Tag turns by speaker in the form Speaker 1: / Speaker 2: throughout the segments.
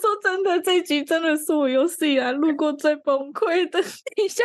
Speaker 1: 说真的，这一集真的是我有史以来录过最崩溃的。 等一下，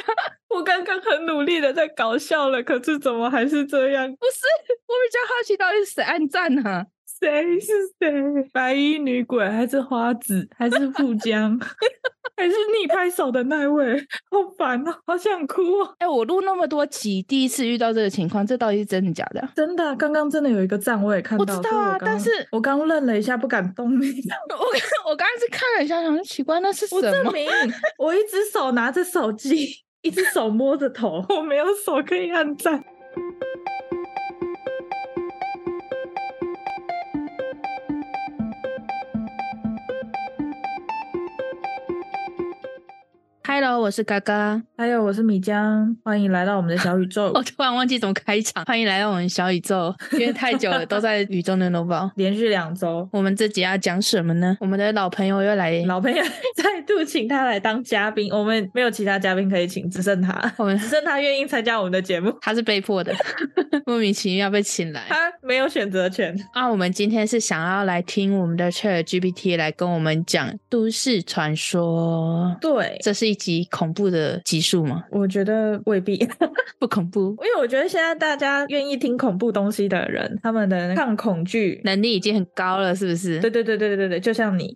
Speaker 1: 我刚刚很努力的在搞笑了，可是怎么还是这样？
Speaker 2: 不是，我比较好奇到底是谁按赞呢、啊？
Speaker 1: 谁是谁？白衣女鬼还是花子还是富江， 还是逆拍手的那位？好烦哦，好想哭哦！
Speaker 2: 哎、我录那么多集，第一次遇到这个情况，这到底是真的假的 啊？
Speaker 1: 真的啊、刚刚真的有一个赞我也看
Speaker 2: 我
Speaker 1: 到，
Speaker 2: 知
Speaker 1: 所以
Speaker 2: 道啊，
Speaker 1: 刚
Speaker 2: 但是
Speaker 1: 我刚愣了一下，不敢动你知道吗
Speaker 2: 我刚我刚才是看了一下，想说奇怪，那是
Speaker 1: 我
Speaker 2: 什
Speaker 1: 证
Speaker 2: 么？
Speaker 1: 明我一只手拿着手机，一只手摸着头， 我没有手可以按赞。
Speaker 2: Hello，我是嘎嘎，
Speaker 1: 还有，我是米江，欢迎来到我们的小宇宙
Speaker 2: 我。突然忘记怎么开场，欢迎来到我们小宇 宙，因为太久了，都在宇宙的楼堡。
Speaker 1: 连续两周，
Speaker 2: 我们这集要讲什么呢？我们的老朋友又来，
Speaker 1: 老朋友 再度请他来当嘉宾，我们没有其他嘉宾可以请，只剩他，
Speaker 2: 我们
Speaker 1: 只剩他愿意参加我们的节目，
Speaker 2: 他是被迫的， 莫名其妙被请来。
Speaker 1: 他没有选择权。
Speaker 2: 啊，我们今天是想要来听我们的 Chat GPT 来跟我们讲都市传说。
Speaker 1: 对，
Speaker 2: 这是一集恐怖的集数吗？
Speaker 1: 我觉得未必， 因
Speaker 2: 不恐怖，
Speaker 1: 为我觉得现在大家愿意听恐怖东西的人，他们的抗恐惧。
Speaker 2: 能力已经很高了，是不是？
Speaker 1: 对对对对对对，就像你，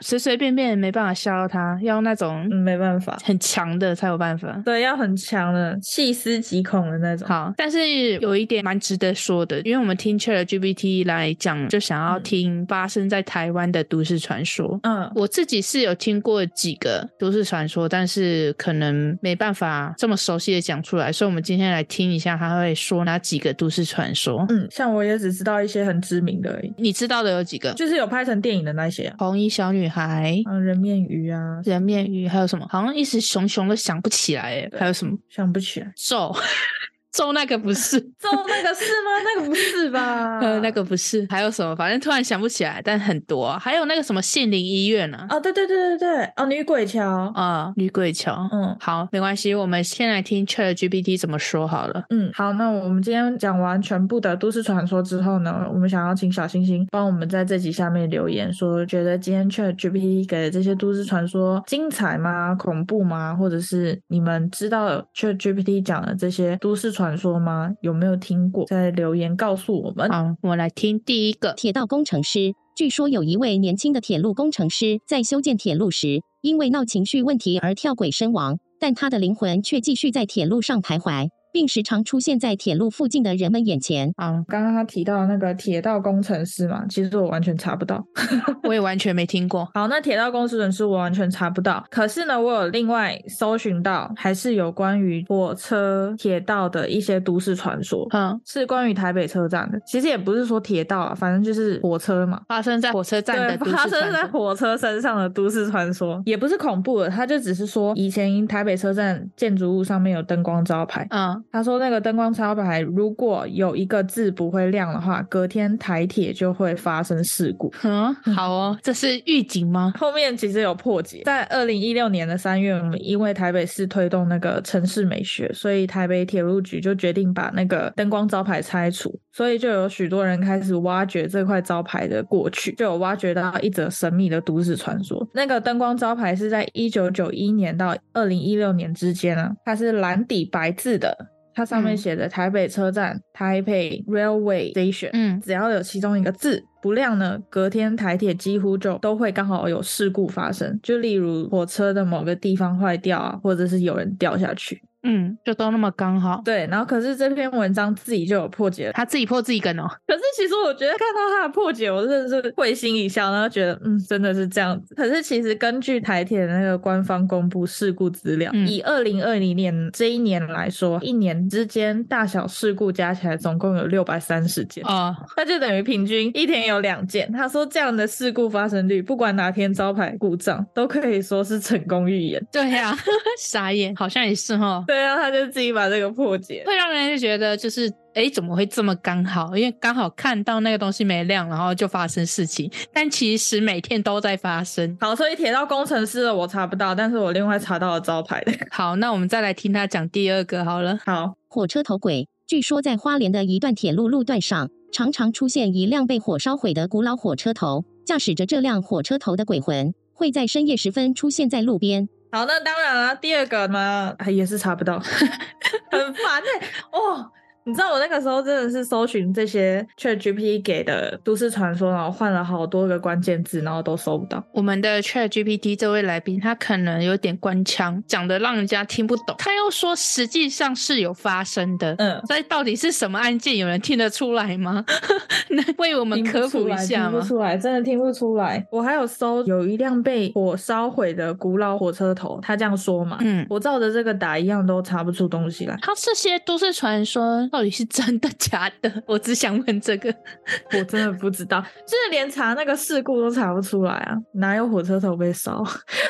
Speaker 2: 随随便便没办法消到它，要那种
Speaker 1: 嗯，没办法，
Speaker 2: 很强的才有办法。
Speaker 1: 对，要很强的，细思极恐的那种。
Speaker 2: 好，但是有一点蛮值得说的，因为我们听 Chat GPT 来讲，就想要
Speaker 1: 嗯
Speaker 2: 听发生在台湾的都市传说。
Speaker 1: 嗯，
Speaker 2: 我自己是有听过几个都市传说，但是可能没办法这么熟悉的讲出来，所以我们今天来听一下他会说哪几个都市传说。
Speaker 1: 嗯，像我也只知道一些很知名的而已，
Speaker 2: 你知道的有几个？
Speaker 1: 就是有拍成电影的那些啊，
Speaker 2: 红衣小女孩、
Speaker 1: 嗯，人面鱼啊，
Speaker 2: 人面鱼，还有什么？好像一时熊熊都想不起来耶，
Speaker 1: 对
Speaker 2: 还有什么
Speaker 1: 想不啊起来。
Speaker 2: 咒？ 咒那个 不是，
Speaker 1: 揍那个是吗？那个不是 吧
Speaker 2: 呃，那个不是，还有什么？反正突然想不起来，但很多啊、还有那个什么杏林医院呢、
Speaker 1: 哦，对对对对对，哦，女鬼桥，
Speaker 2: 啊，啊、女鬼桥。
Speaker 1: 嗯
Speaker 2: 好，没关系，我们先来听 Chat GPT 怎么说好了。
Speaker 1: 嗯，好，那我们今天讲完全部的都市传说之后呢，我们想要请小星星帮我们在这集下面留言，说觉得今天 ChatGPT 给的这些都市传说精彩吗？恐怖吗？或者是你们知道 ChatGPT 讲的这些都市传说吗？有没有听过？在留言告诉我们。
Speaker 2: 好，我们来听第 一个。
Speaker 3: 铁道工程师。据说有一位年轻的铁路工程师在修建铁路时，因为闹情绪问题而跳轨身亡，但他的灵魂却继续在铁路上徘徊，并时常出现在铁路附近的人们眼前。
Speaker 2: 好，
Speaker 1: 刚刚他提到那个铁道工程师嘛，其实我完全查不到。
Speaker 2: 我也完全没听过。
Speaker 1: 好，那铁道公司人士我完全查不到，可是呢，我有另外搜寻到，还是有关于火车、铁道的一些都市传说，
Speaker 2: 嗯，
Speaker 1: 是关于台北车站的。其实也不是说铁道啊，反正就是火车嘛。
Speaker 2: 发生在火车站的
Speaker 1: 对，
Speaker 2: 都
Speaker 1: 发
Speaker 2: 市
Speaker 1: 生在
Speaker 2: 传说。
Speaker 1: 火车身上的都市传说，也不是恐怖的，他就只是说，以前台北车站建筑物上面有灯光招牌，
Speaker 2: 嗯，
Speaker 1: 他说那个灯光招牌如果有一个字不会亮的话，隔天台铁就会发生事故。
Speaker 2: 嗯，好哦，这是预警吗？
Speaker 1: 后面其实有破解，在二零一六年的三月，我们因为台北市推动那个城市美学，所以台北铁路局就决定把那个灯光招牌拆除，所以就有许多人开始挖掘这块招牌的过去，就有挖掘到一则神秘的都市传说。那个灯光招牌是在一九九一年到二零一六年之间啊，它是蓝底白字的，它上面
Speaker 2: 嗯
Speaker 1: 写着台北车站、台北 Railway Station，
Speaker 2: 嗯
Speaker 1: 只要有其中一个字不亮呢，隔天台铁几乎就都会刚好有事故发生，就例如火车的某个地方坏掉啊，或者是有人掉下去。
Speaker 2: 嗯，就都那么刚好。
Speaker 1: 对，然后可是这篇文章自己就有破解了。
Speaker 2: 他自己破自己梗哦。
Speaker 1: 可是其实我觉得看到他的破解，我真的是会心一笑，然后觉得嗯，真的是这样子。可是其实根据台铁的那个官方公布事故资料，
Speaker 2: 嗯
Speaker 1: 以二零二零年这一年来说，一年之间大小事故加起来总共有六百三十件。
Speaker 2: 哦，
Speaker 1: 那就等于平均一天有两件。他说这样的事故发生率，不管哪天招牌故障，都可以说是成功预言。
Speaker 2: 对呀、傻眼，好像也是哦。
Speaker 1: 对啊，他就自己把这个破解。
Speaker 2: 会让人就觉得就是，哎，怎么会这么刚好？因为刚好看到那个东西没亮，然后就发生事情。但其实每天都在发生。
Speaker 1: 好，所以铁道工程师的我查不到，但是我另外查到了招牌的。
Speaker 2: 好，那我们再来听他讲第二个好了。
Speaker 1: 好，
Speaker 3: 火车头轨，据说在花莲的一段铁路路段上，常常出现一辆被火烧毁的古老火车头，驾驶着这辆火车头的鬼魂，会在深夜时分出现在路边。
Speaker 1: 好，那当然啦，第二个嘛哎也是查不到， 很烦哎、哦。你知道我那个时候真的是搜寻这些 ChatGPT 给的都市传说，然后换了好多个关键字，然后都搜不到。
Speaker 2: 我们的 Chat GPT 这位来宾，他可能有点官腔，讲的让人家听不懂。他又说实际上是有发生的，
Speaker 1: 嗯，
Speaker 2: 所以到底是什么案件，有人听得出来吗？ 那为我们
Speaker 1: 听不
Speaker 2: 科
Speaker 1: 出
Speaker 2: 普一
Speaker 1: 来
Speaker 2: 下
Speaker 1: 听不
Speaker 2: 吗？
Speaker 1: 出来，真的听不出来。我还有搜有一辆被火烧毁的古老火车头，他这样说嘛，
Speaker 2: 嗯，
Speaker 1: 我照着这个打一样都查不出东西来。
Speaker 2: 他这些都市传说到底是真的假的？我只想问这个。
Speaker 1: 我真的不知道，就是连查那个事故都查不出来啊，哪有火车头被烧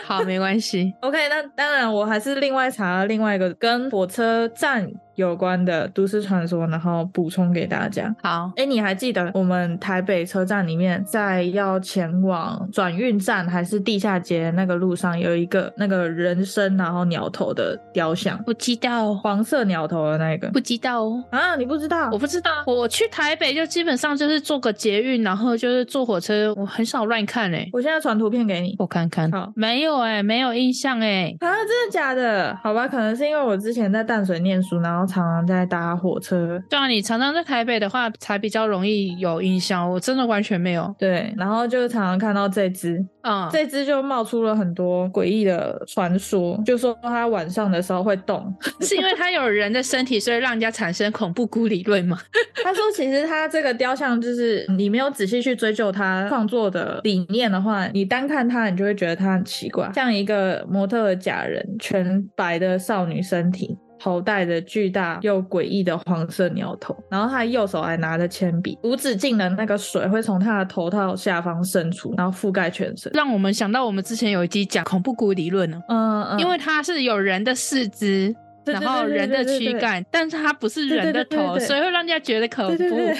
Speaker 2: 好，没关系。
Speaker 1: ？OK，那当然，我还是另外查了另外一个跟火车站有关的都市传说，然后补充给大家。
Speaker 2: 好，
Speaker 1: 哎，你还记得我们台北车站里面，在要前往转运站还是地下街那个路上，有一个那个人参然后鸟头的雕像，
Speaker 2: 不知道哦，
Speaker 1: 黄色鸟头的那个
Speaker 2: 不知道哦。
Speaker 1: 啊？你不知道
Speaker 2: 我？不知道，我去台北就基本上就是坐个捷运，然后就是坐火车，我很少乱看诶、
Speaker 1: 我现在传图片给你。
Speaker 2: 我看看，
Speaker 1: 好
Speaker 2: 没有诶、没有印象欸诶、
Speaker 1: 啊，真的假的？好吧，可能是因为我之前在淡水念书，然后常常在搭火车，
Speaker 2: 对啊，你常常在台北的话，才比较容易有印象。我真的完全没有。
Speaker 1: 对，然后就常常看到这只，
Speaker 2: 嗯，
Speaker 1: 这只就冒出了很多诡异的传说，就说它晚上的时候会动，
Speaker 2: 是因为它有人的身体，所以让人家产生恐怖谷理论吗？
Speaker 1: 他说，其实他这个雕像，就是你没有仔细去追究他创作的理念的话，你单看他，你就会觉得他很奇怪，像一个模特儿假人，全白的少女身体。头戴着巨大又诡异的黄色鸟头，然后他右手还拿着铅笔，无止境的那个水会从他的头套下方渗出，然后覆盖全身。
Speaker 2: 让我们想到我们之前有一集讲恐怖谷理论呢、啊
Speaker 1: 嗯嗯，
Speaker 2: 因为它是有人的四肢，
Speaker 1: 对
Speaker 2: 然后人的躯，干，但是它不是人
Speaker 1: 对对
Speaker 2: 的
Speaker 1: 对
Speaker 2: 头，
Speaker 1: 对对
Speaker 2: 所以会让人家觉得恐
Speaker 1: 对
Speaker 2: 怖
Speaker 1: 对对对对对，对对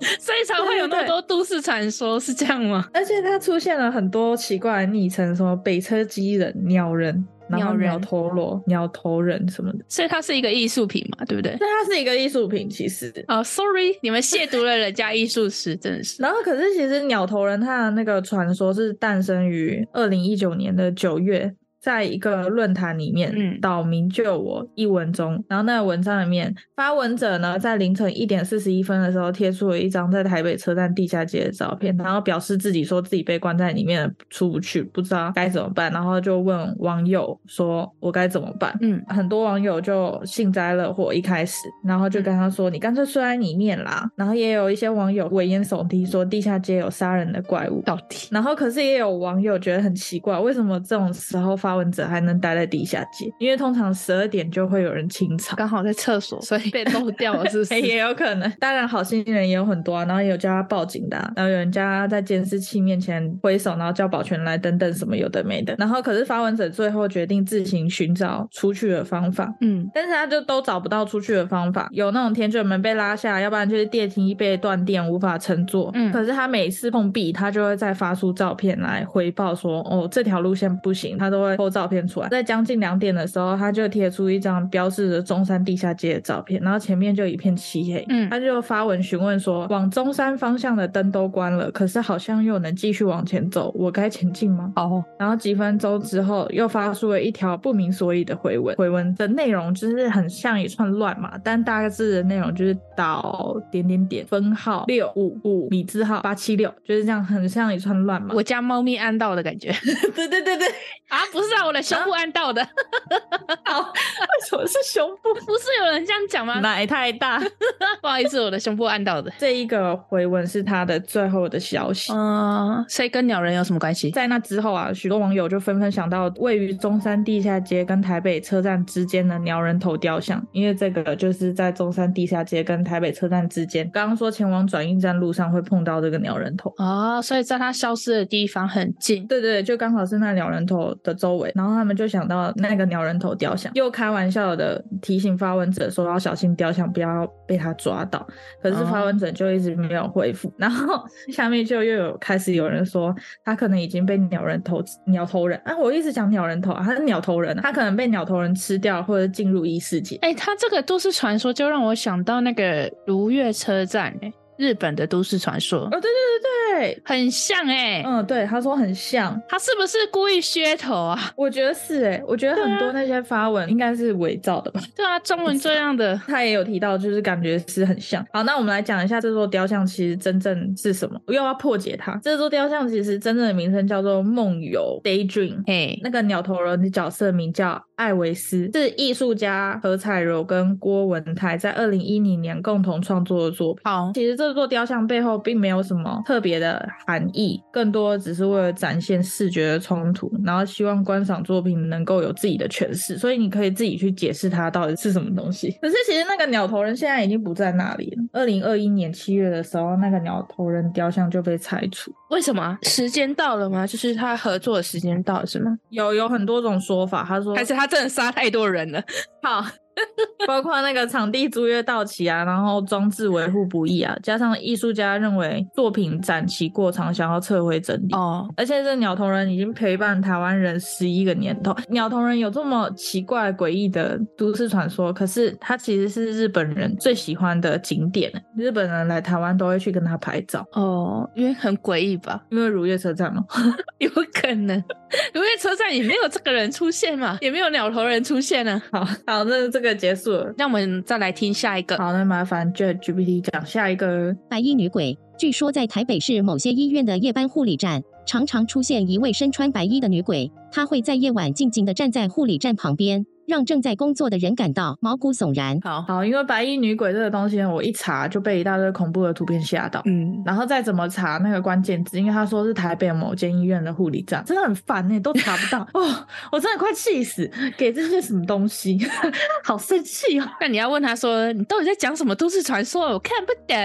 Speaker 1: 对。
Speaker 2: 所以才会有那么
Speaker 1: 对对对
Speaker 2: 多都市传说，是这样吗？
Speaker 1: 而且它出现了很多奇怪的昵称，什么北车鸡人、鸟人，然
Speaker 2: 鸟
Speaker 1: 后
Speaker 2: 人
Speaker 1: 鸟头罗、鸟头人什么的。
Speaker 2: 所以它是一个艺术品嘛，对不对？
Speaker 1: 但它是一个艺术品，其实。
Speaker 2: 哦、s o r r y 你们亵渎了人家艺术史，真的是。
Speaker 1: 然后，可是其实鸟头人他的那个传说是诞生于二零一九年的九月，在一个论坛里面，
Speaker 2: 嗯
Speaker 1: 岛民救我一文中，然后那个文章里面，发文者呢在凌晨一点四十一分的时候贴出了一张在台北车站地下街的照片，然后表示自己说自己被关在里面出不去，不知道该怎么办，然后就问网友说我该怎么办，
Speaker 2: 嗯，
Speaker 1: 很多网友就幸灾乐祸，一开始，然后就跟他说：“你干脆睡在里面啦。”然后也有一些网友危言耸听，说地下街有杀人的怪物。
Speaker 2: 到底
Speaker 1: 然后，可是也有网友觉得很奇怪，为什么这种时候发文者还能待在地下街？因为通常十二点就会有人清场。
Speaker 2: 刚好在厕所，所以被漏掉了，是 不 是？
Speaker 1: 也有可能，当然好心人也有很多啊，然后也有叫他报警的啊、然后有人叫他在监视器面前挥手，然后叫保全来等等什么有的没的。然后可是发文者最后决定自行寻找出去的方法，
Speaker 2: 嗯，
Speaker 1: 但是他就都找不到出去的方法，有那种铁卷门被拉下，要不然就是电梯被断电无法乘坐。
Speaker 2: 嗯
Speaker 1: 可是他每次碰壁，他就会再发出照片来回报说，哦，这条路线不行，他都会偷照片出来。在将近两点的时候，他就贴出一张标示着中山地下街的照片，然后前面就一片漆黑。
Speaker 2: 嗯
Speaker 1: 他就发文询问说，往中山方向的灯都关了，可是好像又能继续往前走，我该前进吗？
Speaker 2: 哦，
Speaker 1: 然后几分钟之后，又发出了一条不明所以的回文。回文的内容就是很像一串乱码，但大致的内容就是到点点点分号六五五米字号八七六，就是这样，很像一串乱码。
Speaker 2: 我家猫咪按到的感觉
Speaker 1: 对对对对，为
Speaker 2: 啊，不是啊，我的胸部按到的，
Speaker 1: 什么是胸部？
Speaker 2: 不是有人这样讲 吗？
Speaker 1: 奶太大。
Speaker 2: 不好意思，我的胸部按到的。
Speaker 1: 这一个回文是他的最后的消息。
Speaker 2: 嗯，所以跟鸟人有什么关系？
Speaker 1: 在那之后啊，许多网友就纷纷想到位于中山地下街跟台北车站之间的鸟人头雕像，因为这个就是在中山地下街跟台北车站之间。刚刚说前往转运站路上会碰到这个鸟人头。
Speaker 2: 哦，所以在它消失的地方很近，
Speaker 1: 对对，就刚好是那鸟人头的周围，然后他们就想到那个鸟人头雕像，又开玩笑的提醒发文者说要小心雕像，不要被他抓到。可是发文者就一直没有回复，然 后下面就又有开始有人说他可能已经被鸟人头鸟头人啊，我一直讲鸟人头啊，他是鸟头人啊、他可能被鸟头人吃掉或者进入异世界。
Speaker 2: 哎、它这个都市传说就让我想到那个如月车站、欸，
Speaker 4: 日本的都市传说，
Speaker 1: 哦，对对对对，
Speaker 4: 很像哎、
Speaker 1: 嗯，对，他说很像，
Speaker 4: 他是不是故意噱头 啊？
Speaker 1: 我觉得是哎、我觉得
Speaker 4: 对
Speaker 1: 很
Speaker 4: 啊
Speaker 1: 多那些发文应该是伪造的吧。
Speaker 4: 对啊，中文这样的，
Speaker 1: 他也有提到，就是感觉是很像。好，那我们来讲一下这座雕像其实真正是什么，又要破解它。这座雕像其实真正的名称叫做梦游 （Daydream）。
Speaker 4: 嘿，
Speaker 1: 那个鸟头人的角色名叫艾维斯，是艺术家何彩柔跟郭文泰在二零一零年共同创作的作品。
Speaker 4: 好，
Speaker 1: 其实这座雕像背后并没有什么特别的含义，更多只是为了展现视觉的冲突，然后希望观赏作品能够有自己的诠释，所以你可以自己去解释它到底是什么东西。可是其实那个鸟头人现在已经不在那里了。二零二一年七月的时候，那个鸟头人雕像就被拆除。
Speaker 2: 为什么啊？时间到了吗？就是他合作的时间到了是吗？
Speaker 1: 有有很多种说法，他说
Speaker 2: 还是他真的杀太多人了？
Speaker 1: 好，包括那个场地租约到期啊，然后装置维护不易啊，加上艺术家认为作品展期过长，想要撤回整理。
Speaker 2: 哦，
Speaker 1: 而且这鸟头人已经陪伴台湾人十一个年头。鸟头人有这么奇怪诡异的都市传说，可是它其实是日本人最喜欢的景点，日本人来台湾都会去跟他拍照，
Speaker 2: 哦，因为很诡异吧？
Speaker 1: 因为如月车站嘛。
Speaker 2: 有可能，因为车站也没有这个人出现嘛，也没有鸟头人出现呢、
Speaker 1: 好好，那这个结束了。
Speaker 2: 那我们再来听下一个。
Speaker 1: 好，那麻烦 Jet GPT 讲下一个
Speaker 3: 白衣女鬼。据说在台北市某些医院的夜班护理站，常常出现一位身穿白衣的女鬼，她会在夜晚静静地站在护理站旁边，让正在工作的人感到毛骨悚然。
Speaker 2: 好，
Speaker 1: 好，因为白衣女鬼这个东西，我一查就被一大堆恐怖的图片吓到。
Speaker 2: 嗯，
Speaker 1: 然后再怎么查那个关键字，因为他说是台北某间医院的护理站，真的很烦呢、都查 不到哦，我真的快气死，给这些什么东西， 好生气哦。
Speaker 2: 那你要问他说，你到底在讲什么都市传说？我看不懂。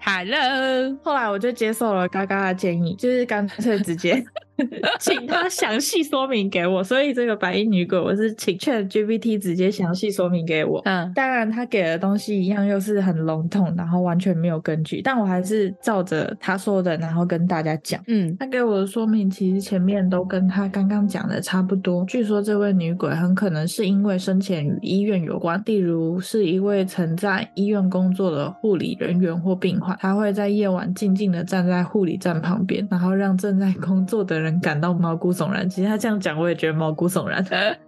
Speaker 2: Hello，
Speaker 1: 后来我就接受了嘎嘎的建议，就是干脆直接 请他详细说明给我。所以这个白衣女鬼，我是请 Chat GPT 直接详细说明给我。
Speaker 2: 嗯，
Speaker 1: 当然，他给的东西一样又是很笼统，然后完全没有根据，但我还是照着他说的，然后跟大家讲。
Speaker 2: 嗯，
Speaker 1: 他给我的说明其实前面都跟他刚刚讲的差不多。据说这位女鬼很可能是因为生前与医院有关，例如是一位曾在医院工作的护理人员或病患，她会在夜晚静静的站在护理站旁边，然后让正在工作的人感到毛骨悚然。其实他这样讲，我也觉得毛骨悚然。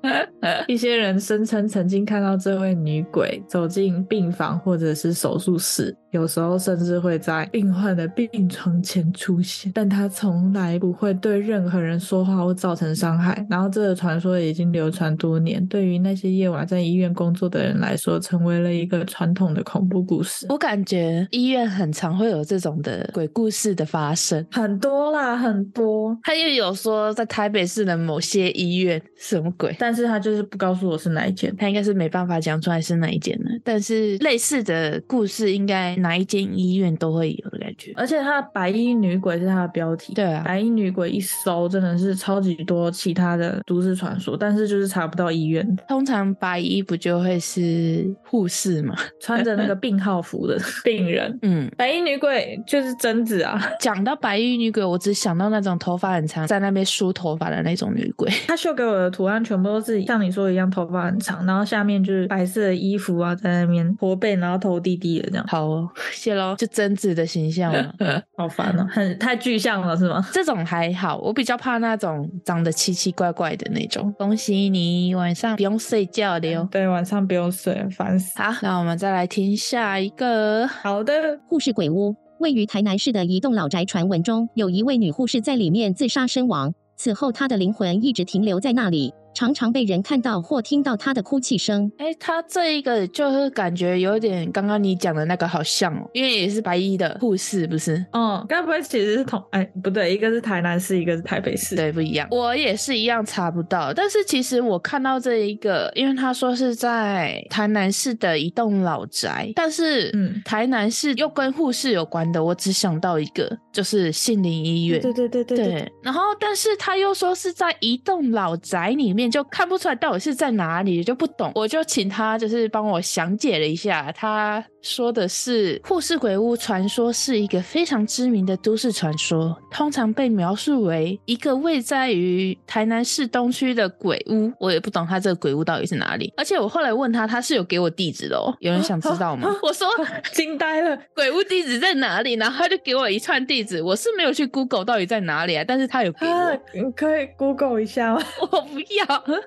Speaker 1: 一些人声称曾经看到这位女鬼走进病房或者是手术室，有时候甚至会在病患的病床前出现，但她从来不会对任何人说话或造成伤害。然后这个传说已经流传多年，对于那些夜晚在医院工作的人来说，成为了一个传统的恐怖故事。
Speaker 2: 我感觉医院很常会有这种的鬼故事的发生。
Speaker 1: 很多啦，很多，
Speaker 2: 他又有说在台北市的某些医院，什么鬼？
Speaker 1: 但是他就是不告诉我是哪一间。
Speaker 2: 他应该是没办法讲出来是哪一间的，但是类似的故事应该哪一间医院都会有的感觉。
Speaker 1: 而且他白衣女鬼是他的标题，
Speaker 2: 对啊，
Speaker 1: 白衣女鬼一搜，真的是超级多其他的都市传说，但是就是查不到医院的
Speaker 2: 通常白衣不就会是护士嘛？
Speaker 1: 穿着那个病号服的 病人。
Speaker 2: 嗯，
Speaker 1: 白衣女鬼就是贞子啊，
Speaker 2: 讲到白衣女鬼，我只想到那种头发很长，在那边梳头发的那种女鬼。
Speaker 1: 她秀给我的图案全部都是像你说的一样，头发很长，然后下面就是白色的衣服啊，在那边驼背，然后头低低的这样，
Speaker 2: 好哦，谢喽，就贞子的形象嘛。
Speaker 1: 好烦哦，很太具象了是吗？
Speaker 2: 这种还好，我比较怕那种长得奇奇怪怪的那种。恭喜你，晚上不用睡觉的哟。
Speaker 1: 对，晚上不用睡了，烦死。
Speaker 2: 好，那我们再来听下一个。
Speaker 1: 好的，
Speaker 3: 护士鬼屋位于台南市的一栋老宅，传闻中有一位女护士在里面自杀身亡。此后，她的灵魂一直停留在那里，常常被人看到或听到她的哭泣声。
Speaker 2: 哎，他这一个就是感觉有点刚刚你讲的那个好像哦，因为也是白衣的护士，不是？
Speaker 1: 嗯，该不会其实是同哎不对，一个是台南市，一个是台北市。
Speaker 2: 对，不一样。我也是一样查不到，但是其实我看到这一个，因为他说是在台南市的一栋老宅，但是
Speaker 1: 嗯
Speaker 2: 台南市又跟护士有关的，我只想到一个，就是杏林医院。
Speaker 1: 对对对对对
Speaker 2: 对，然后但是他又说是在一栋老宅里面面就看不出来到底是在哪里，就不懂。我就请他就是帮我详解了一下，他说的是护士鬼屋传说是一个非常知名的都市传说，通常被描述为一个位在于台南市东区的鬼屋。我也不懂他这个鬼屋到底是哪里，而且我后来问他，他是有给我地址的哦。有人想知道
Speaker 1: 啊
Speaker 2: 吗？我说
Speaker 1: 惊呆了，
Speaker 2: 鬼屋地址在哪里？然后他就给我一串地址，我是没有去 Google 到底在哪里啊，但是他有给我，
Speaker 1: 啊，你可以 Google 一下吗？
Speaker 2: 我不要，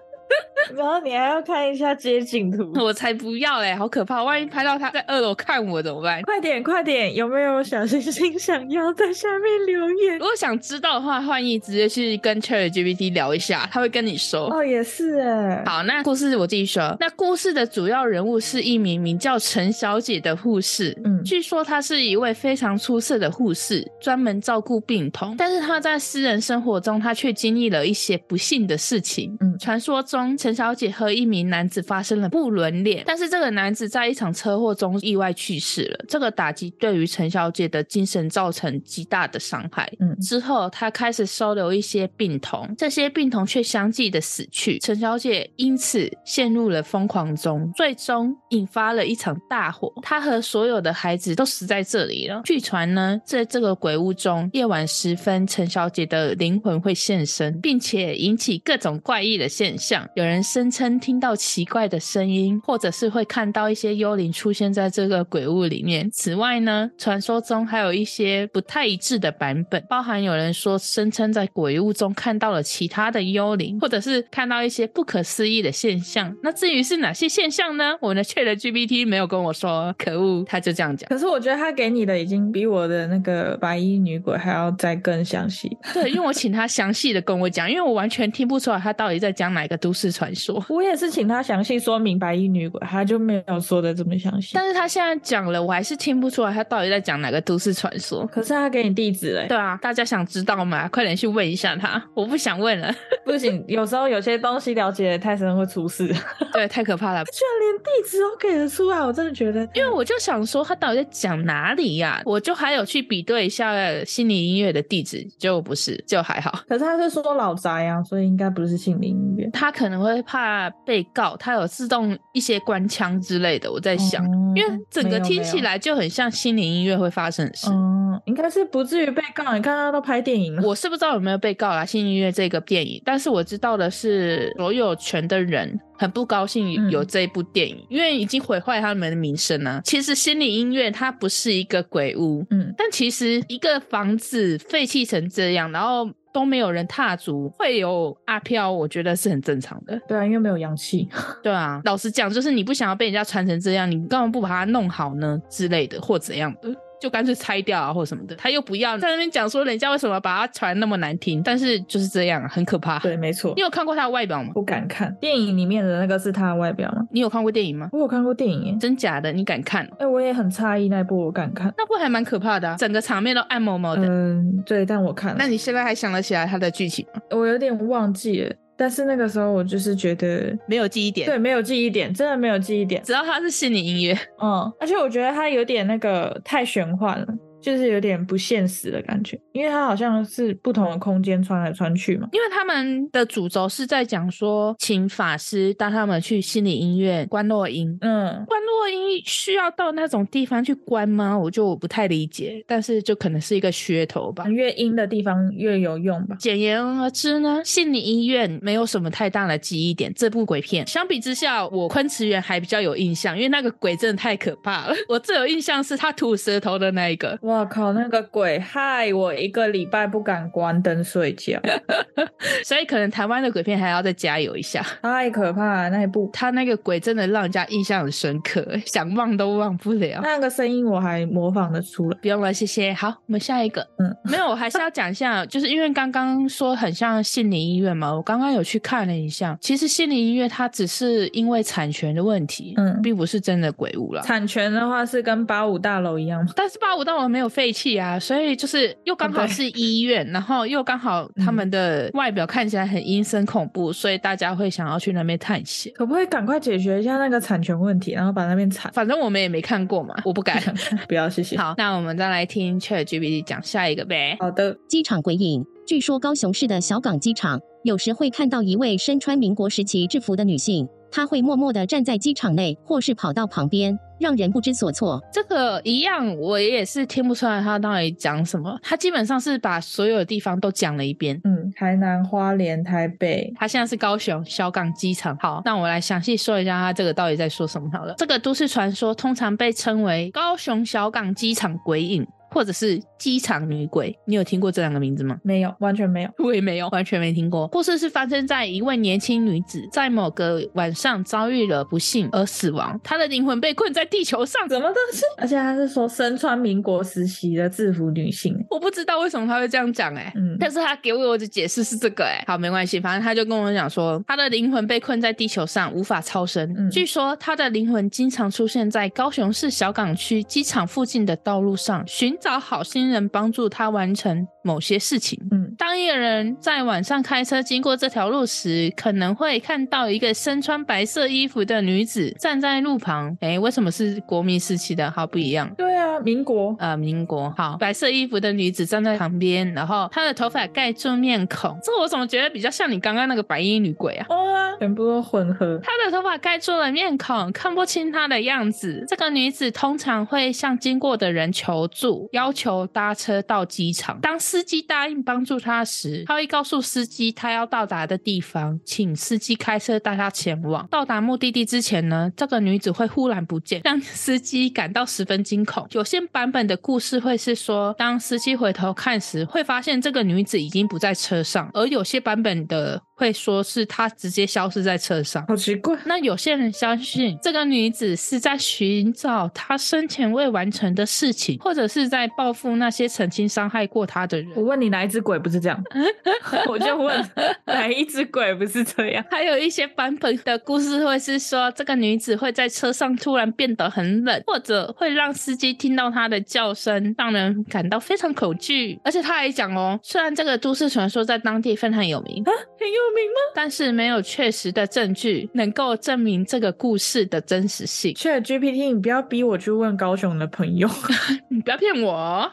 Speaker 1: 然后你还要看一下街景图。
Speaker 2: 我才不要嘞，好可怕！万一拍到他在二楼看我怎么办？
Speaker 1: 快点，快点！有没有小星星想要在下面留言
Speaker 2: 如？果想知道的话，欢迎直接去跟 ChatGPT 聊一下，他会跟你说。
Speaker 1: 哦，也是哎。
Speaker 2: 好，那故事我自己说。那故事的主要人物是一名名叫陈小姐的护士。
Speaker 1: 嗯
Speaker 2: 据说她是一位非常出色的护士，专门照顾病童。但是她在私人生活中，她却经历了一些不幸的事情。
Speaker 1: 嗯
Speaker 2: 传说中陈小姐和一名男子发生了不伦恋，但是这个男子在一场车祸中意外去世了。这个打击对于陈小姐的精神造成极大的伤害。
Speaker 1: 嗯
Speaker 2: 之后，他开始收留一些病童，这些病童却相继的死去。陈小姐因此陷入了疯狂中，最终引发了一场大火。她和所有的孩子都死在这里了。据传呢，在这个鬼屋中，夜晚时分，陈小姐的灵魂会现身，并且引起各种怪异的现象。有人声称听到奇怪的声音，或者是会看到一些幽灵出现在这个鬼屋里面。此外呢，传说中还有一些不太一致的版本，包含有人说声称在鬼屋中看到了其他的幽灵，或者是看到一些不可思议的现象。那至于是哪些现象呢？我们的 Chat GPT 没有跟我说，可恶，他就这样讲。
Speaker 1: 可是我觉得他给你的已经比我的那个白衣女鬼还要再更详细。
Speaker 2: 对，因为我请他详细的跟我讲，因为我完全听不出来他到底在讲哪个都市传说。
Speaker 1: 我也是请他详细说明白衣女鬼，他就没有说的这么详细。
Speaker 2: 但是他现在讲了，我还是听不出来他到底在讲哪个都市传说。
Speaker 1: 可是他给你地址嘞，
Speaker 2: 对啊，大家想知道吗？快点去问一下他，我不想问 了，
Speaker 1: 不行，有时候有些东西了解得太深会出事， 居然
Speaker 2: 对，太可怕了。
Speaker 1: 连地址都给得出来，我真的觉得
Speaker 2: 因为我就想说他到底在讲哪里呀、我就还有去比对一下心理音乐的地址，结果不是，就还好。
Speaker 1: 可是他是说老宅啊，所以应该不是心灵音乐。
Speaker 2: 他可能会怕被告，他有自动一些官腔之类的，我在想，
Speaker 1: 嗯
Speaker 2: 因为整个听起，
Speaker 1: 没有没有
Speaker 2: 来就很像心理音乐会发生的事。
Speaker 1: 嗯，应该是不至于被告。你看他都拍电影了，
Speaker 2: 我是不知道有没有被告啦，《新音乐》这个电影，但是我知道的是，所有权的人很不高兴
Speaker 1: 嗯
Speaker 2: 有这一部电影，因为已经毁坏他们的名声啊。其实心理音乐它不是一个鬼屋，
Speaker 1: 嗯，
Speaker 2: 但其实一个房子废弃成这样，然后都没有人踏足，会有阿飘，我觉得是很正常的。
Speaker 1: 对啊，因为没有阳 气。
Speaker 2: 对啊，老实讲，就是你不想要被人家穿成这样，你干嘛不把它弄好呢之类的，或怎样的，就干脆拆掉啊，或什么的。他又不要在那边讲说人家为什么把它传那么难听，但是就是这样，啊很可怕。
Speaker 1: 对，没错
Speaker 2: 你，有看过他的外表吗？
Speaker 1: 不敢看电影里面的那个是他的外表吗？
Speaker 2: 你有看过电影吗？
Speaker 1: 我有看过电影耶，
Speaker 2: 真假的，你敢看？哦
Speaker 1: 哎、我也很诧异那一部我敢看。
Speaker 2: 那不还蛮可怕的、啊，整个场面都暗毛毛的。
Speaker 1: 嗯，对，但我看了
Speaker 2: 哦那，你现在还想得起来它的剧情吗？
Speaker 1: 我有点忘记了。但是那个时候我就是觉得，
Speaker 2: 没有记忆点。
Speaker 1: 对，，没有记忆点，真的没有记忆点。
Speaker 2: 只要它是心理音乐，
Speaker 1: 嗯，而且我觉得它有点那个太玄幻了，就是有点不现实的感觉，因为它好像是不同的空间穿来穿去嘛。
Speaker 2: 因为他们的主轴是在讲说，请法师带他们去心理音乐关落音，
Speaker 1: 嗯，
Speaker 2: 关落音需要到那种地方去关吗？我就不太理解，但是就可能是一个噱头吧。
Speaker 1: 越阴的地方越有用吧。
Speaker 2: 简言而之呢，心理医院没有什么太大的记忆点。这部鬼片相比之下，我昆池园还比较有印象，因为那个鬼真的太可怕了。 我最有印象是他吐舌头的那一个，
Speaker 1: 哇靠，那个鬼害我一个礼拜不敢关灯睡觉，
Speaker 2: 所以可能台湾的鬼片还要再加油一下。
Speaker 1: 太可怕了那一部。
Speaker 2: 他那个鬼真的让人家印象很深刻，想忘都忘不了。
Speaker 1: 那个声音我还模仿得出来。
Speaker 2: 不用了，谢谢。好，我们下一个。
Speaker 1: 嗯，
Speaker 2: 没有，我还是要讲一下， 就是因为刚刚说很像心理医院嘛，我刚刚有去看了一下，其实心理医院它只是因为产权的问题，
Speaker 1: 嗯
Speaker 2: 并不是真的鬼屋啦。
Speaker 1: 产权的话是跟八五大楼一样吗？
Speaker 2: 但是八五大楼没有废弃啊，所以就是又刚好
Speaker 1: 对
Speaker 2: 是医院，然后又刚好他
Speaker 1: 嗯
Speaker 2: 们的外表看起来很阴森恐怖，所以大家会想要去那边探险。
Speaker 1: 可不可以赶快解决一下那个产权问题，然后把那边产？
Speaker 2: 反正我们也没看过嘛，我不敢。
Speaker 1: 不要，谢谢。
Speaker 2: 好，那我们再来听 ChatGPT 讲下一个呗。
Speaker 1: 好的，
Speaker 3: 机场鬼影据说高雄市的小港机场有时会看到一位身穿民国时期制服的女性，她会默默地站在机场内或是跑道旁边，让人不知所措。
Speaker 2: 这个一样，我也是听不出来他到底讲什么。他基本上是把所有的地方都讲了一遍。
Speaker 1: 嗯，台南、花莲、台北，
Speaker 2: 他现在是高雄小港机场。好，那我来详细说一下他这个到底在说什么好了。这个都市传说通常被称为高雄小港机场鬼影，或者是机场女鬼。你有听过这两个名字吗？
Speaker 1: 没有，完全没有。
Speaker 2: 我也没有，完全没听过。故事是发生在一位年轻女子在某个晚上遭遇了不幸而死亡，她的灵魂被困在地球上。
Speaker 1: 什么东西？而且他是说身穿民国时期的制服女性。
Speaker 2: 我不知道为什么他会这样讲哎、
Speaker 1: 嗯，
Speaker 2: 但是他给我的解释是这个哎、好没关系，反正他就跟我讲说，他的灵魂被困在地球上，无法超生。
Speaker 1: 嗯
Speaker 2: 据说他的灵魂经常出现在高雄市小港区机场附近的道路上，寻找好心人帮助他完成某些事情。
Speaker 1: 嗯
Speaker 2: 当一个人在晚上开车经过这条路时，可能会看到一个身穿白色衣服的女子站在路旁。诶，为什么是国民时期的？好不一样。
Speaker 1: 对啊，民国。
Speaker 2: 呃，民国好，白色衣服的女子站在旁边，然后她的头发盖住面孔，这我怎么觉得比较像你刚刚那个白衣女鬼啊？
Speaker 1: 哦啊，全部都混合。
Speaker 2: 她的头发盖住了面孔，看不清她的样子。这个女子通常会向经过的人求助，要求搭车到机场。当司机答应帮助她时，她会告诉司机她要到达的地方，请司机开车带她前往。到达目的地之前呢，这个女子会忽然不见，让司机感到十分惊恐。有些版本的故事会是说，当司机回头看时，会发现这个女子已经不在车上；而有些版本的会说是她直接消失在车上。
Speaker 1: 好奇怪，
Speaker 2: 那有些人相信这个女子是在寻找她生前未完成的事情，或者是在报复那些曾经伤害过她的人
Speaker 1: 我。问你哪一只鬼不是这样？ 我就问哪一只鬼不是这样？
Speaker 2: 还有一些版本的故事会是说，这个女子会在车上突然变得很冷，或者会让司机听到她的叫声，让人感到非常恐惧。而且她还讲哦，虽然这个都市传说在当地非常有名，
Speaker 1: 很有名吗？
Speaker 2: 但是没有确实的证据能够证明这个故事的真实性。
Speaker 1: 确 GPT，你不要逼我去问高雄的朋友，
Speaker 2: 你不要骗我、哦。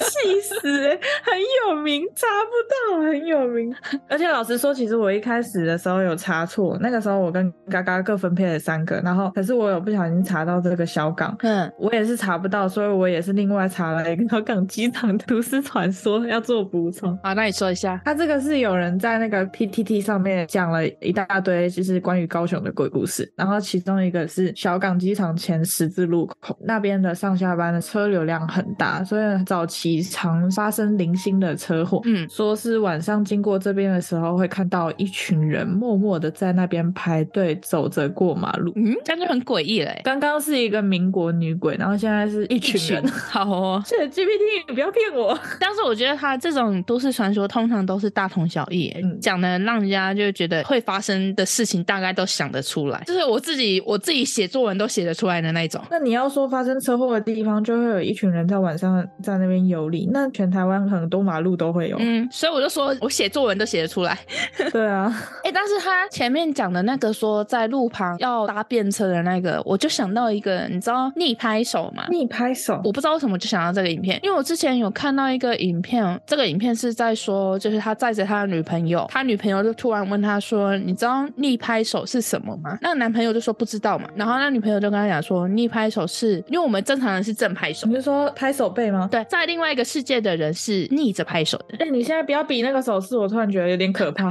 Speaker 1: 气死、欸！很有名，查不到，很有名。而且老实说，其实我一开始的时候有查错，那个时候我跟嘎嘎各分配了三个，然后可是我有不小心查到这个小港。
Speaker 2: 嗯，
Speaker 1: 我也是查不到，所以我也是另外查了一个 小港机场的都市传说，要做补充。
Speaker 2: 好，那你说一下。
Speaker 1: 他这个是有人在那个 PTT 上面讲了一大堆，就是关于高雄的鬼故事。然后其中一个是小港机场前十字路口那边的上下班的车流量很大，所以早期常发生零星的车祸。
Speaker 2: 嗯
Speaker 1: 说是晚上经过这边的时候，会看到一群人默默的在那边排队走着过马路。
Speaker 2: 嗯，这样就很诡异了欸。
Speaker 1: 刚刚是一个民国女鬼，然后现在是一群人。
Speaker 2: 好哦，
Speaker 1: 这 GPT，你不要骗我。
Speaker 2: 但是我觉得他这种都市传说通常都是大同小异欸，
Speaker 1: 嗯
Speaker 2: 讲的让人家就觉得会发生的事情大概都想得出来，就是我自己我自己写作文都写得出来的那一种。
Speaker 1: 那你要说发生车祸的地方，就会有一群人在晚上在那边游历。那全台湾很多马路都会有，
Speaker 2: 嗯，所以我就说我写作文都写得出 来。
Speaker 1: 对啊，
Speaker 2: 哎、但是他前面讲的那个说在路旁要搭便车的那个，我就想到一个，你知道逆拍手吗？
Speaker 1: 逆拍手，
Speaker 2: 我不知道为什么就想到这个影片，因为我之前有看到一个影片，这个影片是在说，就是他载着他的女朋友，他女朋友就突然问他说：“你知道逆拍手是什么吗？”那个男朋友就说不知道嘛，然后那女朋友就跟他讲说，逆拍手是因为我们正常人是正拍手
Speaker 1: 你，是说拍手背吗？
Speaker 2: 对，在另外一个世界的人是逆着拍手的。
Speaker 1: 哎、你现在不要比那个手势，我突然觉得有点可怕。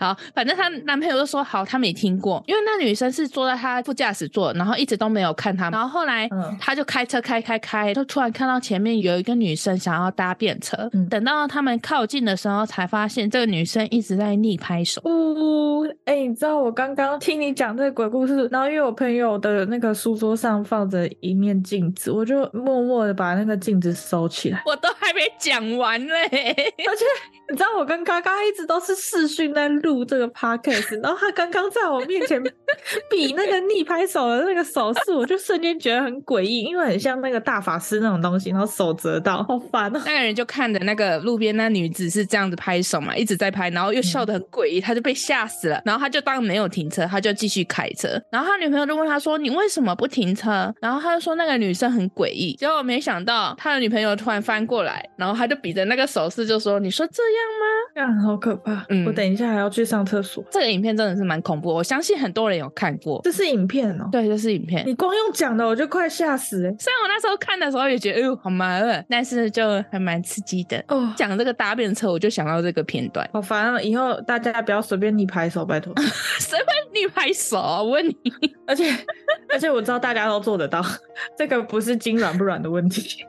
Speaker 2: 好，反正她男朋友就说好，他没听过，因为那女生是坐在他副驾驶座，然后一直都没有看他，然后后来
Speaker 1: 嗯
Speaker 2: 他就开车开开开，就突然看到前面有一个女生想要搭便车，
Speaker 1: 嗯
Speaker 2: 等到他们靠近的时候，才发现这个女生一直在逆拍手。
Speaker 1: 呜、哎、你知道我刚刚听你讲这个鬼故事，然后因为我朋友的那个书桌上放着一面镜子，我就默默的把那个镜子收起来。
Speaker 2: 我都还没讲完嘞，
Speaker 1: 而且 你知道，我跟嘎嘎一直都是视讯在录这个 podcast，然后他刚刚在我面前比那个逆拍手的那个手势，我就瞬间觉得很诡异，因为很像那个大法师那种东西，然后手折到，好烦哦。
Speaker 2: 那个人就看着那个路边那女子是这样子拍手嘛，一直在拍，然后又笑得很诡异，他就被吓死了。然后他就当然没有停车，他就继续开车。然后他女朋友就问他说：“你为什么不停车？”然后他就说那个女生很诡异。结果果没想到他的女朋友突然翻过来，然后他就比着那个手势就说：“你说这样吗
Speaker 1: 这样好可怕。
Speaker 2: 嗯
Speaker 1: 我等一下还要去上厕所？”。
Speaker 2: 这个影片真的是蛮恐怖的，我相信很多人有看过。
Speaker 1: 这是影片哦、
Speaker 2: 对，这是影片。
Speaker 1: 你光用讲的我就快吓死哎、
Speaker 2: 虽然我那时候看的时候也觉得，哎呦，好麻烦，但是就还蛮刺激的。
Speaker 1: 哦，
Speaker 2: 讲这个搭便车，我就想到这个片段。
Speaker 1: 好烦哦！以后大家不要随便逆拍手，拜托。
Speaker 2: 谁会逆拍手啊？我问你，
Speaker 1: 而且而且我知道大家都做得到，这个不是筋软不软的问题。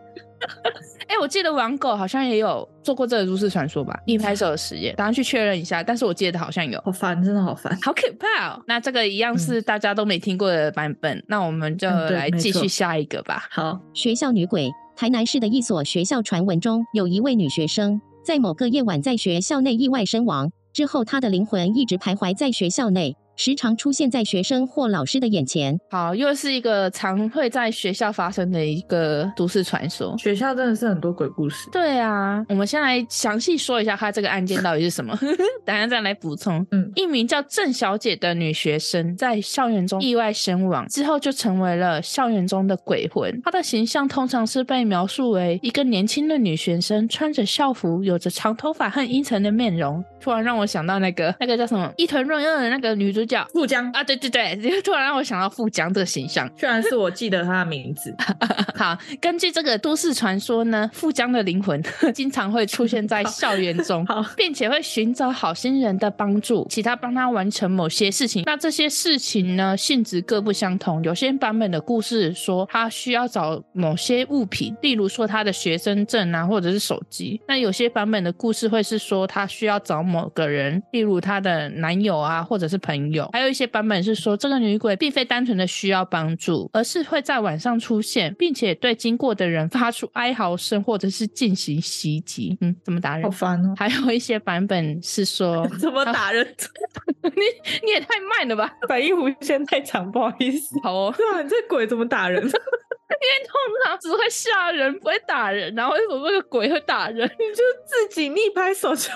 Speaker 2: 哎、我记得玩狗好像也有做过这个都市传说吧？逆拍手的实验，等下去确认一下。但是我记得好像有，
Speaker 1: 好烦，真的好烦。
Speaker 2: 好可怕哦！那这个一样是大家都没听过的版本，那我们就
Speaker 1: 嗯嗯对
Speaker 2: 来
Speaker 1: 没
Speaker 2: 继续
Speaker 1: 错
Speaker 2: 下一个吧。
Speaker 1: 好，
Speaker 3: 学校女鬼。台南市的一所学校传闻中，有一位女学生在某个夜晚在学校内意外身亡，之后她的灵魂一直徘徊在学校内，时常出现在学生或老师的眼前。
Speaker 2: 好，又是一个常会在学校发生的一个都市传说。
Speaker 1: 学校真的是很多鬼故事。
Speaker 2: 对啊，我们先来详细说一下他这个案件到底是什么， 等一下再来补充。
Speaker 1: 嗯
Speaker 2: 一名叫郑小姐的女学生在校园中意外身亡之后，就成为了校园中的鬼魂。她的形象通常是被描述为一个年轻的女学生，穿着校服，有着长头发和阴沉的面容。突然让我想到那个那个叫什么伊藤润二的那个女主角。
Speaker 1: 富江
Speaker 2: 啊，对对对， 就突然让我想到富江这个形象。
Speaker 1: 居然是我记得他的名字，，
Speaker 2: 好，根据这个都市传说呢，富江的灵魂 经常会出现在校园中
Speaker 1: 好
Speaker 2: 并且会寻找好心人的帮助，其他帮他完成某些事情。那这些事情呢，性质各不相同。有些版本的故事说他需要找某些物品，例如说他的学生证啊，或者是手机。那有些版本的故事会是说他需要找某个人，例如他的男友啊，或者是朋友。还有一些版本是说这个女鬼并非单纯的需要帮助，而是会在晚上出现，并且对经过的人发出哀嚎声，或者是进行袭击。嗯，怎么打 人
Speaker 1: 好？烦哦！
Speaker 2: 还有一些版本是说，
Speaker 1: 怎么打 人？
Speaker 2: 你你也太慢了吧？
Speaker 1: 反应弧线太长，不好意思。
Speaker 2: 好 哦，
Speaker 1: 对啊，你这鬼怎么打 人？
Speaker 2: 因为通常只会吓人，不会打人，然后为什么那个鬼会打人？
Speaker 1: 你就自己逆拍手就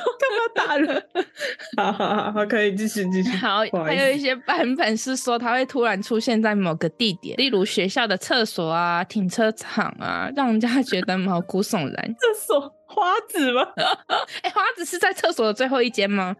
Speaker 1: 干嘛打人？ 好好好好，可以继续 继续。
Speaker 2: 好
Speaker 1: 不，好
Speaker 2: 还
Speaker 1: 意
Speaker 2: 有一
Speaker 1: 思，
Speaker 2: 些版本是说它会突然出现在某个地点，例如学校的厕所啊、停车场啊，让人家觉得毛骨悚然。
Speaker 1: 厕所花子吗？
Speaker 2: 哎、花子是在厕所的最后一间吗？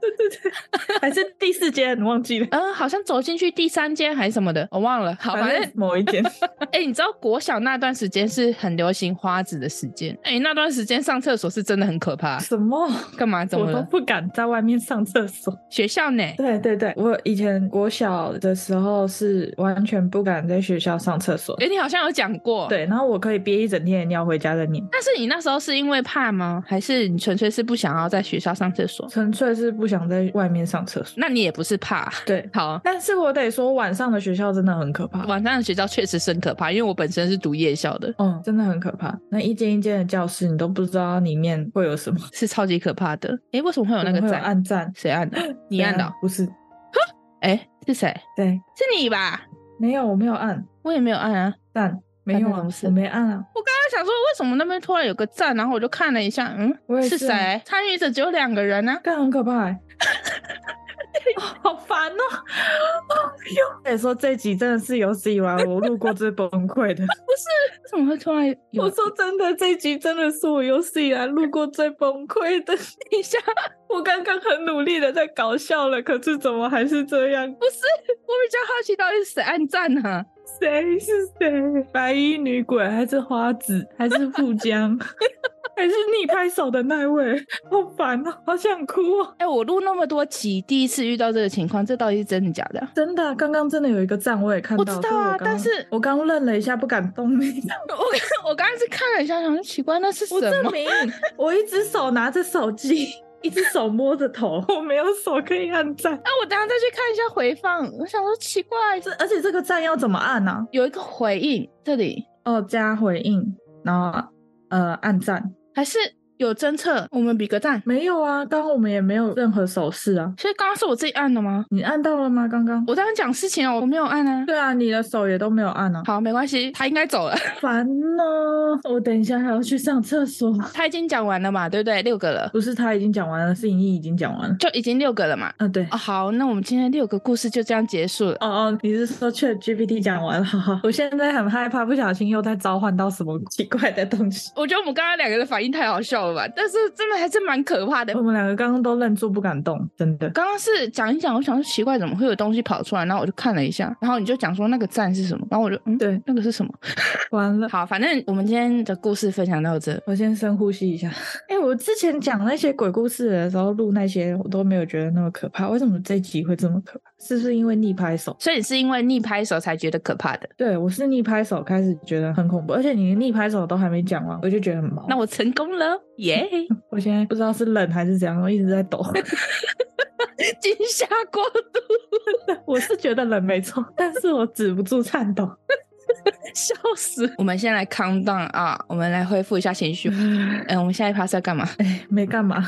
Speaker 1: 还是第四间？你忘记了？
Speaker 2: 嗯、好像走进去第三间还是什么的，我忘了。好，反正
Speaker 1: 某一间。
Speaker 2: 哎、你知道国小那段时间是很流行花子的时间，哎、那段时间上厕所是真的很可怕。
Speaker 1: 什么？
Speaker 2: 干嘛？怎么
Speaker 1: 我都
Speaker 2: 了？
Speaker 1: 不敢在外面上厕所。
Speaker 2: 学校呢？
Speaker 1: 对对对，我以前国小的时候是完全不敢在学校上厕所。
Speaker 2: 哎、你好像有讲过。。
Speaker 1: 对，然后我可以憋一整天的尿回家再尿，
Speaker 2: 但是你那时候是因为怕吗？还是你纯粹是不想要在学校上厕所？
Speaker 1: 纯粹是不想在外面上厕所。
Speaker 2: 那你也不是怕。
Speaker 1: 对，
Speaker 2: 好，
Speaker 1: 但是我得说，晚上的学校真的很可怕。
Speaker 2: 晚上的学校确实是很可怕，因为我本身是读夜校的，
Speaker 1: 嗯，真的很可怕。那一间一间的教室，你都不知道里面会有什么。
Speaker 2: 是超级可怕的。诶，为什么会有那个
Speaker 1: 会有
Speaker 2: 赞？
Speaker 1: 暗战，
Speaker 2: 谁 按的？你
Speaker 1: 对
Speaker 2: 按的哦
Speaker 1: 啊？？不是，
Speaker 2: 诶，是谁？
Speaker 1: 对，
Speaker 2: 是你吧？
Speaker 1: 没有，我没有按
Speaker 2: 我也没有按啊。
Speaker 1: 赞，没有
Speaker 2: 按那
Speaker 1: 啊
Speaker 2: 种，是
Speaker 1: 我没按啊。
Speaker 2: 我刚刚想说，为什么那边突然有个赞，然后我就看了一下，
Speaker 1: 我
Speaker 2: 嗯，
Speaker 1: 也
Speaker 2: 是
Speaker 1: 是啊
Speaker 2: 谁？参与者只有两个人啊呢、
Speaker 1: 但很可怕、 欸。哦好烦哦！哦哟，得说这集真的是有史以来我录过最崩溃的。
Speaker 2: 为什么会突然有？
Speaker 1: 我说真的，这集真的是我有史以来录过最崩溃的。
Speaker 2: 一下，
Speaker 1: 我刚刚很努力的在搞笑了，可是怎么还是这样？
Speaker 2: 我比较好奇到底是谁按赞呢、
Speaker 1: 谁是谁？白衣女鬼还是花子还是富江？ 还是逆拍手的那位？好烦哦，好想哭哦！
Speaker 2: 哎、我录那么多集，第一次遇到这个情况，这到底是真的假的？
Speaker 1: 真的啊、刚刚真的有一个站我也看
Speaker 2: 我
Speaker 1: 到，
Speaker 2: 知
Speaker 1: 所以
Speaker 2: 道啊
Speaker 1: 刚
Speaker 2: 但是
Speaker 1: 我刚愣了一下，不敢动你。
Speaker 2: 我 刚我刚刚是看了一下，想说奇怪，那是
Speaker 1: 我
Speaker 2: 什
Speaker 1: 证
Speaker 2: 么？
Speaker 1: 明， 我一只手拿着手机，一只手摸着头，我没有手可以按赞。
Speaker 2: 啊那我等一下再去看一下回放，我想说奇怪，
Speaker 1: 这而且这个赞要怎么按啊呢、
Speaker 2: 有一个回应这里
Speaker 1: 哦，加回应，然后呃按赞，
Speaker 2: 还是有侦测，我们比个赞。
Speaker 1: 没有啊，刚刚我们也没有任何手势啊。
Speaker 2: 所以刚刚是我自己按的吗？
Speaker 1: 你按到了吗？刚刚？
Speaker 2: 我刚刚讲事情哦，我没有按啊。
Speaker 1: 对啊，你的手也都没有按啊，
Speaker 2: 好，没关系，他应该走了，
Speaker 1: 烦哦！我等一下还要去上厕所。
Speaker 2: 他已经讲完了嘛，对不对？六个了，
Speaker 1: 不是他已经讲完了，是莹莹已经讲完了。
Speaker 2: 就已经六个了嘛。
Speaker 1: 啊，对。
Speaker 2: 哦，好，那我们今天六个故事就这样结束了。
Speaker 1: 哦哦，你是说 Chat GPT 讲完了？哈哈，我现在很害怕，不小心又在召唤到什么奇怪的东西。
Speaker 2: 我觉得我们刚刚两个的反应太好笑了吧，但是真的还是蛮可怕的
Speaker 1: 我。们两个刚刚都愣住不敢动，真的。
Speaker 2: 刚刚是讲一讲，我想说奇怪，怎么会有东西跑出来？然后我就看了一下，然后你就讲说那个赞是什么，然后我就嗯，
Speaker 1: 对，
Speaker 2: 那个是什么？
Speaker 1: 完了。
Speaker 2: 好，反正我们今天的故事分享到这。
Speaker 1: 我先深呼吸一下。 哎、我之前讲那些鬼故事的时候，录那些我都没有觉得那么可怕，为什么这集会这么可怕？是不是因为逆拍手？
Speaker 2: 所以你是因为逆拍手才觉得可怕的？
Speaker 1: 对我是逆拍手开始觉得很恐怖，而且你的逆拍手都还没讲完，我就觉得很毛。
Speaker 2: 那我成功了，耶、
Speaker 1: 我现在不知道是冷还是怎样，我一直在 抖。
Speaker 2: 惊吓过度，
Speaker 1: 我是觉得冷没错，但是我止不住颤抖。
Speaker 2: 笑死！我们先来 calm down 啊，我们来恢复一下情绪。嗯，我们下一趴是要干嘛？
Speaker 1: 哎， 没干嘛。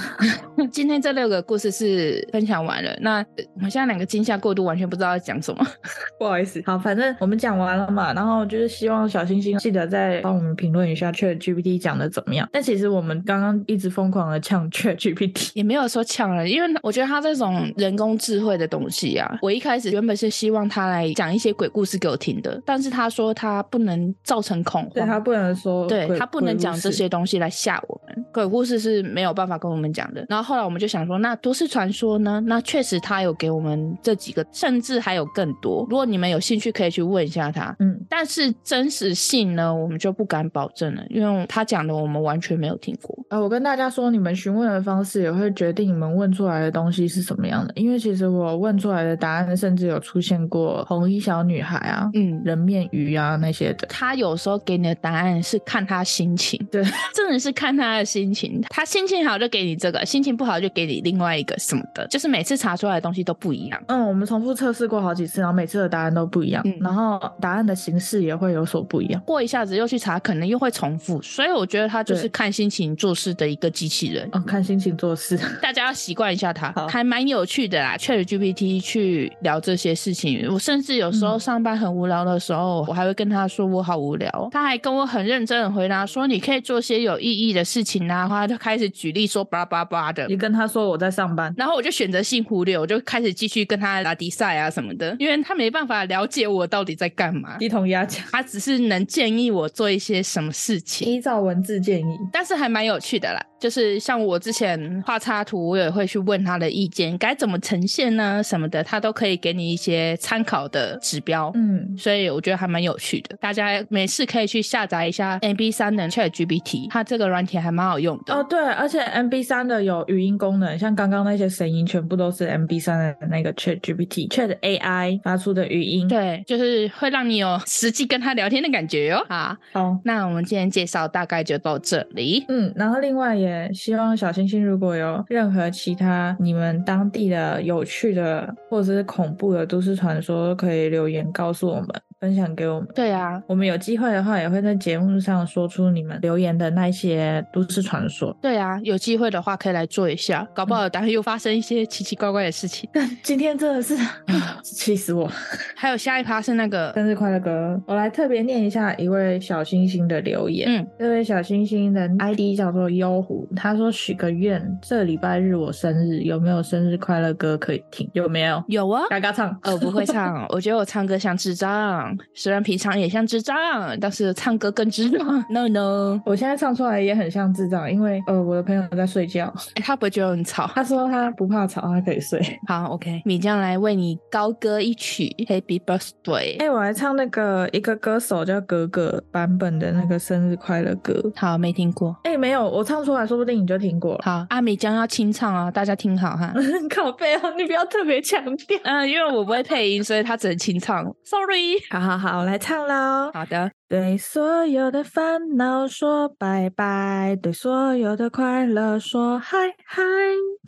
Speaker 2: 今天这六个故事是分享完了，那呃我们现在两个惊吓过度，完全不知道要讲什么。
Speaker 1: 不好意思，好，反正我们讲完了嘛，然后就是希望小星星记得再帮我们评论一下 Chat GPT 讲的怎么样。但其实我们刚刚一直疯狂的呛 Chat GPT，
Speaker 2: 也没有说抢了，因为我觉得他这种人工智慧的东西啊，我一开始原本是希望他来讲一些鬼故事给我听的，但是他说他不能造成恐
Speaker 1: 对他
Speaker 2: 慌。
Speaker 1: 不能说鬼，
Speaker 2: 对他不能讲
Speaker 1: 鬼
Speaker 2: 这
Speaker 1: 故事
Speaker 2: 些。东西来吓我们，鬼故事是没有办法跟我们讲的。然后后来我们就想说，那都市传说呢？那确实他有给我们这几个，甚至还有更多。如果你们有兴趣，可以去问一下他。
Speaker 1: 嗯，
Speaker 2: 但是真实性呢，我们就不敢保证了，因为他讲的我们完全没有听过。
Speaker 1: 呃，我跟大家说，你们询问的方式也会决定你们问出来的东西是什么样的。因为其实我问出来的答案，甚至有出现过红衣小女孩啊、
Speaker 2: 嗯，
Speaker 1: 人面鱼啊那些的。
Speaker 2: 他有时候给你的答案是看他心情，
Speaker 1: 对，
Speaker 2: 真的是看他的心情。他心情好就给你这个，心情不好就给你另外一个什么的，就是每次查出来的东西都不一样。
Speaker 1: 嗯，我们重复测试过好几次，然后每次的答案都不一样，
Speaker 2: 嗯
Speaker 1: 然后答案的形式也会有所不一样。
Speaker 2: 过一下子又去查，可能又会重复，所以我觉得他就是
Speaker 1: 对
Speaker 2: 看心情做事的一个机器人。
Speaker 1: 嗯，看心情做事。
Speaker 2: 大家要习惯一下它
Speaker 1: 好，
Speaker 2: 还蛮有趣的啦。Chat GPT 去聊这些事情，我甚至有时候
Speaker 1: 嗯
Speaker 2: 上班很无聊的时候，我还会跟他说我好无聊，他还跟我很认真的回答说你可以做些有意义的事情啊，他就开始举例说巴拉巴拉巴拉的
Speaker 1: 你。跟他说我在上班，
Speaker 2: 然后我就选择性忽略，我就开始继续跟他打比赛啊什么的，因为他没办法了解我到底在干嘛，
Speaker 1: 鸡同鸭讲，
Speaker 2: 他只是能建议我做一些什么事情。
Speaker 1: 依照文字建议。
Speaker 2: 但是还蛮有趣的啦。就是像我之前画插图，我也会去问他的意见，该怎么呈现呢什么的，他都可以给你一些参考的指标。
Speaker 1: 嗯，
Speaker 2: 所以我觉得还蛮有趣的，大家没事可以去下载一下 MB 三的 Chat GPT，它这个软体还蛮好用的。
Speaker 1: 哦对，而且 MB 三的有语音功能，像刚刚那些声音全部都是 MB 三的那个 Chat GPT、Chat AI 发出的语音。，
Speaker 2: 对，就是会让你有实际跟他聊天的感觉哟、好，
Speaker 1: 好。
Speaker 2: 那我们今天介绍大概就到这里。
Speaker 1: 嗯，然后另外也希望小星星如果有任何其他你们当地的有趣的或者是恐怖的都市传说，可以留言告诉我们，分享给我们。
Speaker 2: 对啊，
Speaker 1: 我们有机会的话，也会在节目上说出你们留言的那些都市传说。
Speaker 2: 对啊，有机会的话可以来做一下，搞不好等下又发生一些奇奇怪怪的事情。
Speaker 1: 今天真的是 气死我！
Speaker 2: 还有下一趴是那个
Speaker 1: 生日快乐歌，我来特别念一下一位小星星的留言。
Speaker 2: 嗯，
Speaker 1: 这位小星星的 ID 叫做优狐，他说许个愿，这礼拜日我生日，有没有生日快乐歌可以听？有没有？
Speaker 2: 有啊，
Speaker 1: 嘎嘎唱。
Speaker 2: 呃，我不会唱，我觉得我唱歌像智障，虽然平常也像智障，但是唱歌更智障。No no，
Speaker 1: 我现在唱出来也很像智障，因为呃，我的朋友在睡觉，
Speaker 2: 哎、他不会觉得很吵。
Speaker 1: 他说他不怕吵，他可以睡。
Speaker 2: 好，OK，米酱来为你高歌一曲《Happy Birthday》
Speaker 1: 哎、我来唱那个一个歌手叫格格版本的那个生日快乐歌。
Speaker 2: 好，没听过。
Speaker 1: 哎、没有，我唱出来，说不定你就听过了。
Speaker 2: 好，阿米酱要清唱啊，大家听好 哈。
Speaker 1: 靠背哦，你不要特别强调。
Speaker 2: 嗯、因为我不会配音，所以他只能清唱。Sorry。
Speaker 1: 好好好，我来唱喽。
Speaker 2: 好的，
Speaker 1: 对所有的烦恼说拜拜，对所有的快乐说嗨嗨。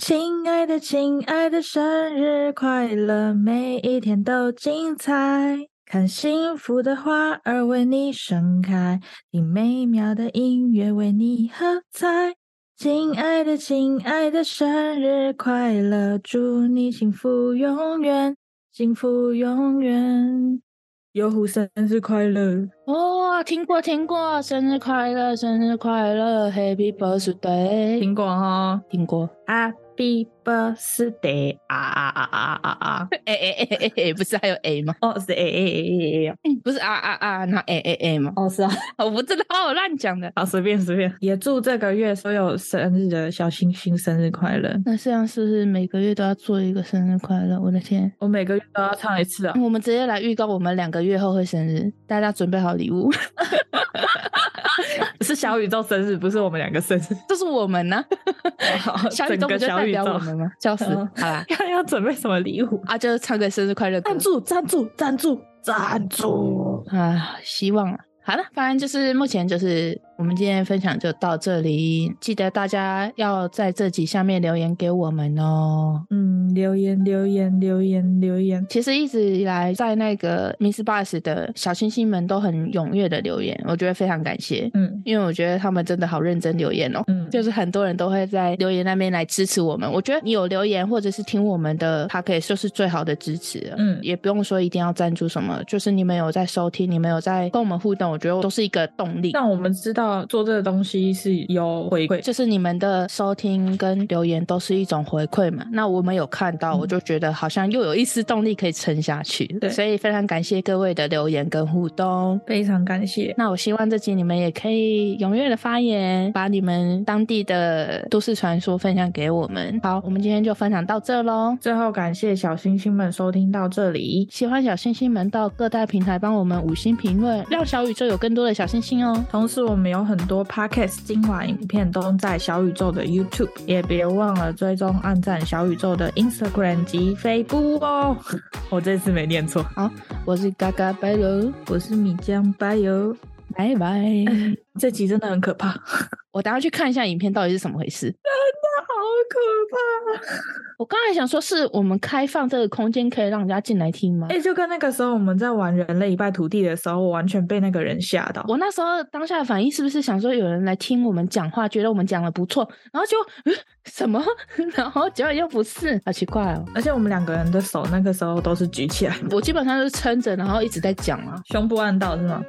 Speaker 1: 亲爱的，亲爱的，生日快乐，每一天都精彩。看幸福的花儿为你盛开，听美妙的音乐为你喝彩。亲爱的，亲爱的，生日快乐！祝你幸福永远，幸福永远。有虎生日快乐！
Speaker 2: 哦，听过听过，生日快乐，生日快乐，Happy Birthday，
Speaker 1: 苹果哦
Speaker 2: 听过。
Speaker 1: ，Happy Birthday 啊啊啊啊啊啊！
Speaker 2: 哎哎哎哎哎，不是还有 A 吗？
Speaker 1: 哦，是诶诶诶诶诶，
Speaker 2: 不是啊啊啊，那 A A A 吗？
Speaker 1: 哦是啊，
Speaker 2: 我不知道，我乱讲的。
Speaker 1: 好随便随便。也祝这个月所有生日的小星星生日快乐！
Speaker 2: 那这样是不是每个月都要做一个生日快乐？我的天！
Speaker 1: 我每个月都要唱一次啊！
Speaker 2: 我们直接来预告，我们两个月后会生日，大家准备好礼物。
Speaker 1: 是小宇宙生日，不是我们两个生日。
Speaker 2: 这是我们呢、哦小宇
Speaker 1: 整
Speaker 2: 宙不
Speaker 1: 个
Speaker 2: 就
Speaker 1: 小
Speaker 2: 代
Speaker 1: 宇
Speaker 2: 表
Speaker 1: 宙
Speaker 2: 我们吗？笑死！
Speaker 1: 嗯
Speaker 2: 好啦，
Speaker 1: 要要准备什么礼物？
Speaker 2: 啊，就是唱个生日快乐歌
Speaker 1: 赞助赞助赞助赞助！
Speaker 2: 啊，希望啊。好了，反正就是目前就是我们今天分享就到这里，记得大家要在这集下面留言给我们哦。
Speaker 1: 嗯，留言留言留言留言，
Speaker 2: 其实一直以来在那个 Miss Bus 的小星星们都很踊跃的留言，我觉得非常感谢，
Speaker 1: 嗯
Speaker 2: 因为我觉得他们真的好认真留言哦。
Speaker 1: 嗯，
Speaker 2: 就是很多人都会在留言那边来支持我们。我觉得你有留言或者是听我们的 p o c a s t 就是最好的支持了。
Speaker 1: 嗯
Speaker 2: 也不用说一定要赞助什么，就是你们有在收听，你们有在跟我们互动，我觉得都是一个动力。
Speaker 1: 让我们知道做这个东西是有回馈。
Speaker 2: 就是你们的收听跟留言都是一种回馈嘛，那我们有看到，
Speaker 1: 嗯
Speaker 2: 我就觉得好像又有一丝动力可以撑下去，
Speaker 1: 对
Speaker 2: 所以非常感谢各位的留言跟互动。
Speaker 1: 非常感谢，
Speaker 2: 那我希望这集你们也可以踊跃的发言，把你们当地的都市传说分享给我们。好，我们今天就分享到这喽。
Speaker 1: 最后感谢小星星们收听到这里，
Speaker 2: 喜欢小星星们到各大平台帮我们五星评论，让小宇宙有更多的小星星哦。
Speaker 1: 同时我们有很多 podcast 精华影片都在小宇宙的 YouTube，也别忘了追踪按赞小宇宙的 Instagram 及 Facebook 哦。 我这次没念错，
Speaker 2: 我是嘎嘎拜喽，
Speaker 1: 我是米江白油，
Speaker 2: 拜 拜。
Speaker 1: 这集真的很可怕， 好
Speaker 2: 我等下去看一下影片到底是怎么回事。
Speaker 1: 可怕！
Speaker 2: 我刚才想说，是我们开放这个空间可以让人家进来听吗？
Speaker 1: 哎、就跟那个时候我们在玩人类一败涂地的时候，我完全被那个人吓到。
Speaker 2: 我那时候当下的反应是不是想说有人来听我们讲话，觉得我们讲的不错，然后就、嗯、什么， 然后结果又不是，好奇怪哦。
Speaker 1: 而且我们两个人的手那个时候都是举起来的，
Speaker 2: 我基本上就是撑着，然后一直在讲啊。
Speaker 1: 胸部按到是吗？